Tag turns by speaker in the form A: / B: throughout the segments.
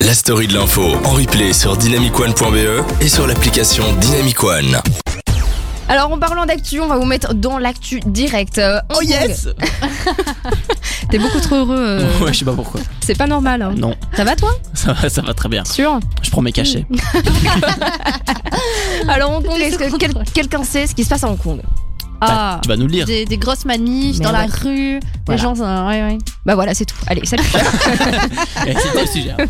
A: la story de l'info en replay sur dynamicone.be E et sur l'application Dynamic One.
B: Alors en parlant d'actu, on va vous mettre dans l'actu direct. Euh, Hong
C: Oh
B: Kong.
C: yes
B: T'es beaucoup trop heureux. euh,
C: Ouais, je sais pas pourquoi.
B: C'est pas normal. hein.
C: Non,
B: Ça va toi
C: ça va, ça va très bien.
B: Sûr
C: Je prends mes cachets.
B: Alors Hong Kong, est-ce que quel- quelqu'un sait ce qui se passe à Hong Kong
C: Bah,
D: Ah,
C: tu vas nous le dire.
D: des, des grosses manifs
B: Mais
D: dans la
B: ouais.
D: rue,
B: Voilà.
D: les gens. euh, ouais, ouais.
B: Bah voilà, c'est tout. Allez, salut.
C: Eh, C'est pas le sujet. hein.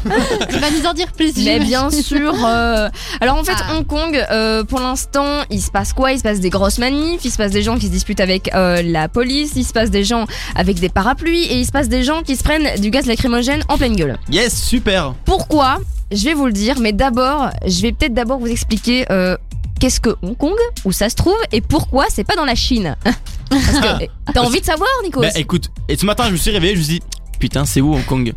D: Tu vas nous en dire plus.
B: Mais
D: j'imagine.
B: bien sûr. euh, Alors en fait,
D: Ah.
B: Hong Kong, euh, pour l'instant, il se passe quoi Il se passe des grosses manifs, il se passe des gens qui se disputent avec euh, la police, il se passe des gens avec des parapluies et il se passe des gens qui se prennent du gaz lacrymogène en pleine gueule.
C: Yes, super.
B: Pourquoi Je vais vous le dire, mais d'abord, je vais peut-être d'abord vous expliquer euh, qu'est-ce que Hong Kong, où ça se trouve et pourquoi c'est pas dans la Chine. Parce que eh, t'as envie de savoir, Nico
C: Bah écoute, et ce matin je me suis réveillé, je me suis dit, putain, c'est où Hong Kong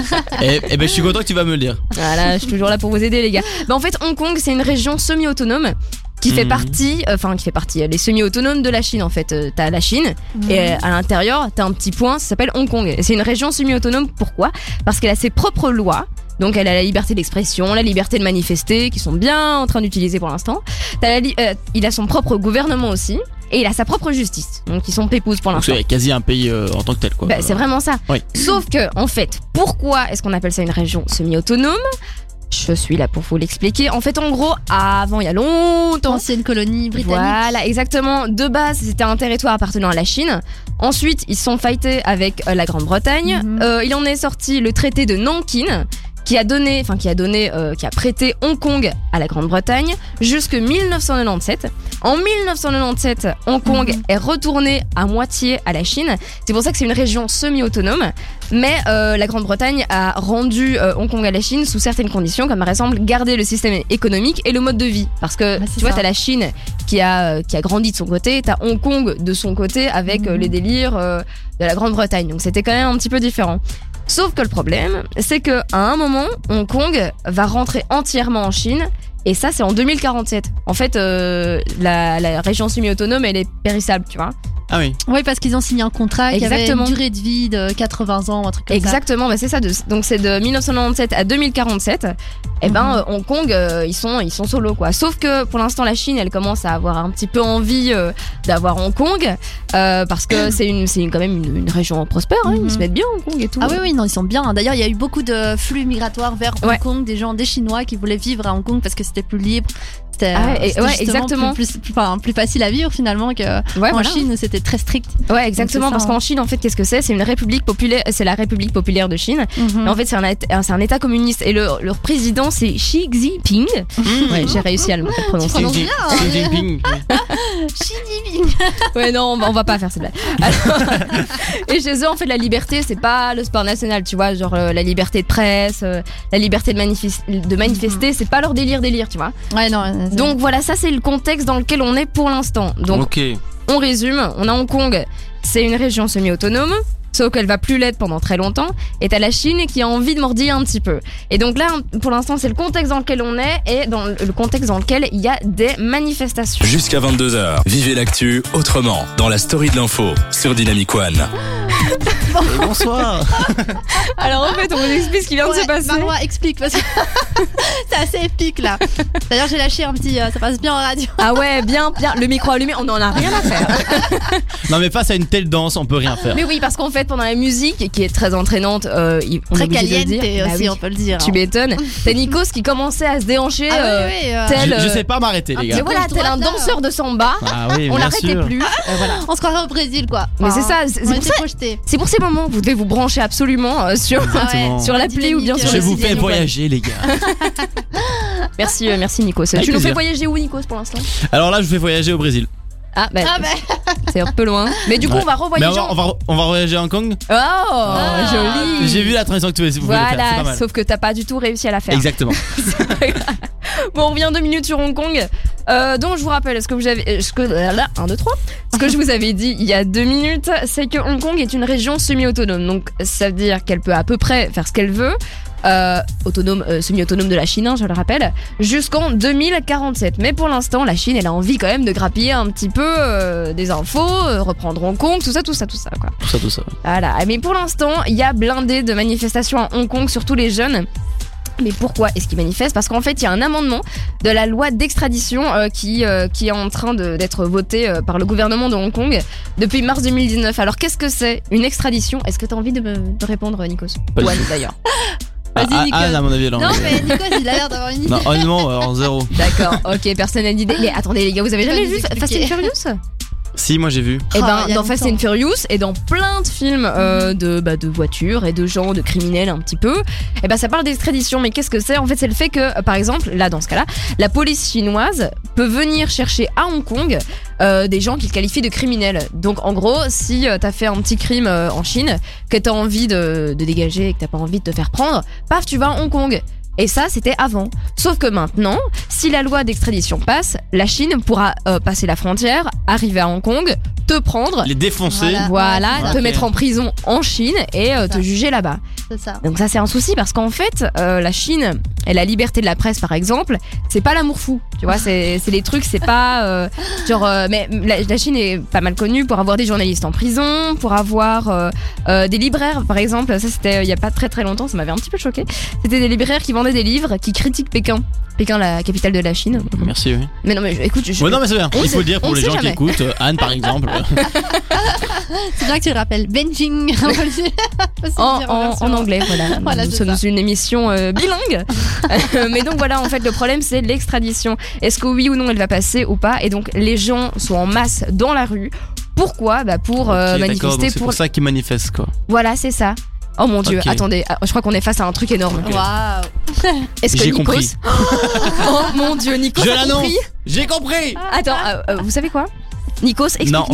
C: et, ben je suis content que tu vas me le dire.
B: Voilà, je suis toujours là pour vous aider, les gars. Bah, en fait, Hong Kong, c'est une région semi-autonome qui fait
C: Mhm.
B: partie, euh, enfin qui fait partie, euh, les semi-autonomes de la Chine en fait. Euh, t'as la Chine
D: Mhm.
B: et euh, à l'intérieur, t'as un petit point, ça s'appelle Hong Kong. Et c'est une région semi-autonome, pourquoi Parce qu'elle a ses propres lois. Donc elle a la liberté d'expression, la liberté de manifester, qui sont bien en train d'utiliser pour l'instant. T'as la li- euh, il a son propre gouvernement aussi, et il a sa propre justice. Donc ils sont pépouses pour
C: Donc
B: l'instant.
C: c'est quasi un pays euh, en tant que tel quoi.
B: Bah, c'est vraiment ça.
C: Oui.
B: Sauf que, en fait, pourquoi est-ce qu'on appelle ça une région semi-autonome Je suis là pour vous l'expliquer. En fait, en gros, avant, il y a longtemps.
D: Ancienne colonie britannique.
B: Voilà, exactement. De base, c'était un territoire appartenant à la Chine. Ensuite, ils se sont fightés avec euh, la Grande-Bretagne.
D: Mhm.
B: Euh, il en est sorti le traité de Nankin, qui a donné, enfin qui a donné, euh, qui a prêté Hong Kong à la Grande-Bretagne jusque 1997. En 1997, Hong Kong
D: Mhm.
B: est retourné à moitié à la Chine. C'est pour ça que c'est une région semi-autonome. Mais euh, la Grande-Bretagne a rendu euh, Hong Kong à la Chine sous certaines conditions, comme par exemple garder le système économique et le mode de vie. Parce que
D: Bah, c'est
B: tu vois,
D: ça.
B: t'as la Chine qui a, euh, qui a grandi de son côté, t'as Hong Kong de son côté avec euh,
D: Mhm.
B: les délires euh, de la Grande-Bretagne. Donc c'était quand même un petit peu différent. Sauf que le problème, c'est que à un moment, Hong Kong va rentrer entièrement en Chine. Et ça, c'est en 2047. En fait, euh, la, la région semi-autonome, elle est périssable, tu vois.
C: Ah oui.
D: Oui, parce qu'ils ont signé un contrat qui avait
B: Exactement.
D: une durée de vie de 80 ans, un truc comme ça.
B: Exactement, bah c'est ça. de- donc c'est de 1997 à 2047. Et ben
D: Mhm.
B: euh, Hong Kong, euh, ils sont ils sont solo quoi. Sauf que pour l'instant la Chine, elle commence à avoir un petit peu envie euh, d'avoir Hong Kong euh, parce que c'est une c'est une- quand même une, une région prospère. hein, Ils
D: Mhm.
B: se mettent bien Hong Kong et tout.
D: Ah oui, oui, non, ils sont bien. D'ailleurs, il y a eu beaucoup de flux migratoires vers Hong
B: Ouais.
D: Kong, des gens, des Chinois qui voulaient vivre à Hong Kong parce que c'était plus libre. C'était
B: Ah ouais,
D: euh,
B: et-
D: c'était
B: ouais,
D: justement
B: exactement.
D: Plus, plus- enfin, plus facile à vivre finalement que
B: Ouais,
D: en
B: voilà.
D: Chine où c'était très strict.
B: Ouais, exactement.
D: ça,
B: parce
D: hein.
B: qu'en Chine, en fait, qu'est-ce que c'est C'est une république populaire. C'est la République populaire de Chine.
D: Mm.
B: Et en fait, c'est un, état- c'est un État communiste et leur, leur président c'est Xi Jinping. Ouais, j'ai réussi à le à le hein. prononcer.
C: Xi Jin- Xi Jinping.
B: Ouais, non, on va- on va pas faire cette blague. Alors, et chez eux, en fait, la liberté, c'est pas le sport national, tu vois. Genre, euh, la liberté de presse, euh, la liberté de, manifes- de manifester, c'est pas leur délire, délire, tu vois.
D: Ouais, non. euh, c'est-
B: Donc, voilà, ça, c'est le contexte dans lequel on est pour l'instant. Donc,
C: ok.
B: on résume, on a Hong Kong, c'est une région semi-autonome, sauf qu'elle va plus l'être pendant très longtemps, et t'as la Chine qui a envie de mordiller un petit peu. Et donc là, pour l'instant, c'est le contexte dans lequel on est, et dans le contexte dans lequel il y a des manifestations.
A: Jusqu'à 22h, vivez l'actu autrement dans la story de l'info sur Dynamic One.
C: Et bonsoir.
B: Alors, en fait, on vous explique ce qui vient de
D: Ouais,
B: se passer.
D: Marois, explique parce que c'est assez épique là. D'ailleurs, j'ai lâché un petit. euh, ça passe bien en radio.
B: Ah ouais, bien, bien. Le micro allumé, on en a rien à faire.
C: Non mais face à une telle danse, on peut rien faire.
B: Mais oui, parce qu'en fait, pendant la musique, qui est très entraînante, euh, il- on est
D: Très
B: obligé de le
D: caliente
B: dire. Bah
D: aussi,
B: oui,
D: on peut le dire.
B: Tu m'étonnes. T'as Nikos qui commençait à se déhancher.
D: Ah
B: euh,
D: oui, oui, euh,
B: tel-
C: Je, je
B: euh,
C: sais pas m'arrêter les
D: un
B: Mais
C: gars.
D: petit-
B: voilà,
D: gauche,
B: tel un
D: droite, là.
B: danseur de samba.
C: Ah oui,
B: on
C: bien
B: l'arrêtait
C: sûr.
B: plus. Euh, voilà.
D: on se croirait au Brésil quoi.
B: Mais
D: Enfin,
B: c'est ça, c'est
D: on
B: c'est pour
D: était
B: ça.
D: projetés. Ah
B: C'est pour ces moments, vous devez vous brancher absolument euh, sur,
C: Exactement.
B: sur l'appli ou bien sur
C: Je
B: le
C: vous
B: site
C: fais
B: Dynamic One.
C: voyager les gars.
B: Merci, euh, merci Nikos. Tu
C: Avec
B: nous fais
C: plaisir.
B: voyager où Nikos pour l'instant
C: Alors là, je vais voyager au Brésil.
B: Ah bah
D: Ah ben,
B: c'est un peu loin. Mais du coup
C: Ouais.
B: on va
C: Mais
B: revoyager.
C: on va, on, va, on va voyager à Hong Kong.
B: Oh joli.
C: J'ai vu la transition que tu voulais vous voulez faire. c'est pas
B: Voilà,
C: mal.
B: sauf que t'as pas du tout réussi à la faire.
C: Exactement.
B: Bon, on revient deux minutes sur Hong Kong. Euh, donc, je vous rappelle ce que vous avez. euh, Ce que, là, là, un, deux, trois. Ce que je vous avais dit il y a deux minutes, c'est que Hong Kong est une région semi-autonome. Donc, ça veut dire qu'elle peut à peu près faire ce qu'elle veut. Euh, autonome, euh, semi-autonome de la Chine, hein, je le rappelle, jusqu'en 2047. Mais pour l'instant, la Chine, elle a envie quand même de grappiller un petit peu euh, des infos, euh, reprendre Hong Kong, tout ça, tout ça, tout ça, quoi.
C: Tout ça, tout ça.
B: Ah, Voilà, mais pour l'instant, il y a blindé de manifestations à Hong Kong, surtout les jeunes. Mais pourquoi est-ce qu'il manifeste Parce qu'en fait, il y a un amendement de la loi d'extradition euh, qui, euh, qui est en train de- d'être voté euh, par le gouvernement de Hong Kong depuis mars 2019. Alors, qu'est-ce que c'est Une extradition Est-ce que t'as envie de me de répondre, Nikos
C: Pas du
B: Ouais, d'ailleurs.
C: Ah,
D: Vas-y,
C: ah,
D: Nico.
C: ah, à mon avis, non.
D: Non, mais bah, Nico, il a l'air d'avoir une idée.
C: Non, honnêtement, euh, en zéro.
B: D'accord, ok, personne n'a d'idée. Mais attendez, les gars, vous avez
D: Faut
B: jamais
D: nous
B: vu Fa- Fast
D: expliquer.
B: and Furious
C: Si, moi j'ai vu.
B: Eh
D: Oh,
B: ben,
D: il y a
B: dans Fast
D: longtemps. Mhm.
B: and Furious et dans plein de films euh, de, bah, de voitures et de gens, de criminels un petit peu, eh ben, ça parle d'extradition. Mais qu'est-ce que c'est En fait, c'est le fait que, euh, par exemple, là, dans ce cas-là, la police chinoise peut venir chercher à Hong Kong euh, des gens qu'ils qualifient de criminels. Donc, en gros, si euh, t'as fait un petit crime euh, en Chine, que t'as envie de, de dégager et que t'as pas envie de te faire prendre, paf, tu vas à Hong Kong. Et ça, c'était avant. Sauf que maintenant, si la loi d'extradition passe, la Chine pourra euh, passer la frontière, arriver à Hong Kong, te prendre
C: Les défoncer.
D: Voilà.
B: voilà,
D: Ah ouais,
B: te
C: ok.
B: mettre en prison en Chine et euh,
D: C'est
B: te
D: ça.
B: juger là-bas.
D: C'est ça.
B: Donc ça c'est un souci parce qu'en fait euh, la Chine et la liberté de la presse par exemple, c'est pas l'amour fou. Tu vois, c'est c'est les trucs, c'est pas euh, genre euh, mais la, la Chine est pas mal connue pour avoir des journalistes en prison, pour avoir euh, euh, des libraires par exemple, ça c'était euh, il y a pas très très longtemps, ça m'avait un petit peu choqué. C'était des libraires qui vendaient des livres qui critiquent Pékin. Pékin la capitale de la Chine.
C: Merci, oui.
B: Mais non mais je- écoute, je,
C: Ouais, non, mais c'est bien.
B: On
C: Il
B: sait-
C: faut le dire
B: on
C: pour les
B: sait
C: gens qui
B: jamais.
C: écoutent. euh, Anne, par exemple.
D: C'est bien que tu le rappelles. Benjing. On peut le dire- on peut se
B: en,
D: dire
B: en-
D: version-
B: en anglais, voilà.
D: Voilà,
B: Nous
D: c'est
B: sommes
D: ça.
B: une émission euh, bilingue. Euh, Mais donc voilà, en fait, le problème, c'est l'extradition. Est-ce que oui ou non, elle va passer ou pas Et donc, les gens sont en masse dans la rue. Pourquoi bah Pour euh,
C: Ok, d'accord, donc
B: manifester.
C: C'est pour ça qu'ils manifestent, quoi.
B: Voilà, c'est ça. Oh mon dieu,
C: Ok.
B: attendez, ah, je crois qu'on est face à un truc énorme.
C: Ok.
D: Waouh.
B: Est-ce que
C: J'ai
B: Nikos
C: compris.
B: Oh mon dieu, Nikos
C: Je
B: a
C: l'annonce.
B: compris
C: J'ai compris
B: Attends, euh, euh, vous savez quoi Nikos, explique
C: Non.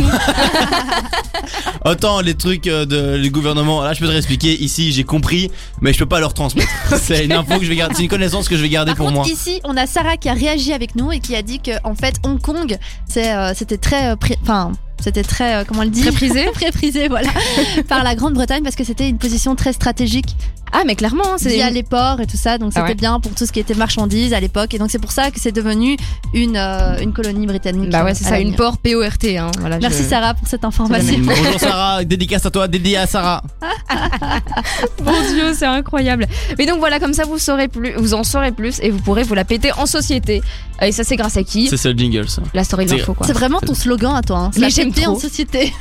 C: Autant les trucs euh, de, du gouvernement, là je peux te réexpliquer, ici j'ai compris, mais je peux pas leur transmettre. C'est une info que je vais garder, c'est une connaissance que je vais garder
D: Par
C: pour
D: contre,
C: moi.
D: ici, on a Sarah qui a réagi avec nous et qui a dit que en fait, Hong Kong, c'est, euh, c'était très, euh, pri- enfin, c'était très, euh, comment elle dit,
B: Très prisé
D: très prisé, voilà, par la Grande-Bretagne parce que c'était une position très stratégique
B: Ah, mais clairement, hein, c'est.
D: via les ports et tout ça, donc
B: Ah
D: c'était
B: ouais.
D: bien pour tout ce qui était marchandises à l'époque et donc c'est pour ça que c'est devenu une euh, une colonie britannique.
B: Bah ouais, c'est
D: à
B: ça, une
D: l'avenir.
B: porte P-O-R-T. Hein, voilà,
D: Merci
B: je-
D: Sarah pour cette information.
C: Bonjour Sarah, dédicace à toi, dédié à Sarah.
B: Mon Dieu, c'est incroyable. Mais donc voilà, comme ça vous saurez plus, vous en saurez plus et vous pourrez vous la péter en société. Et ça c'est grâce à qui
C: C'est ça le jingle ça.
B: La story de
C: c'est-
B: l'info quoi.
D: C'est vraiment ton slogan à toi. Hein.
B: Mais
D: La
B: j'aime
D: fierté
B: trop.
D: en société.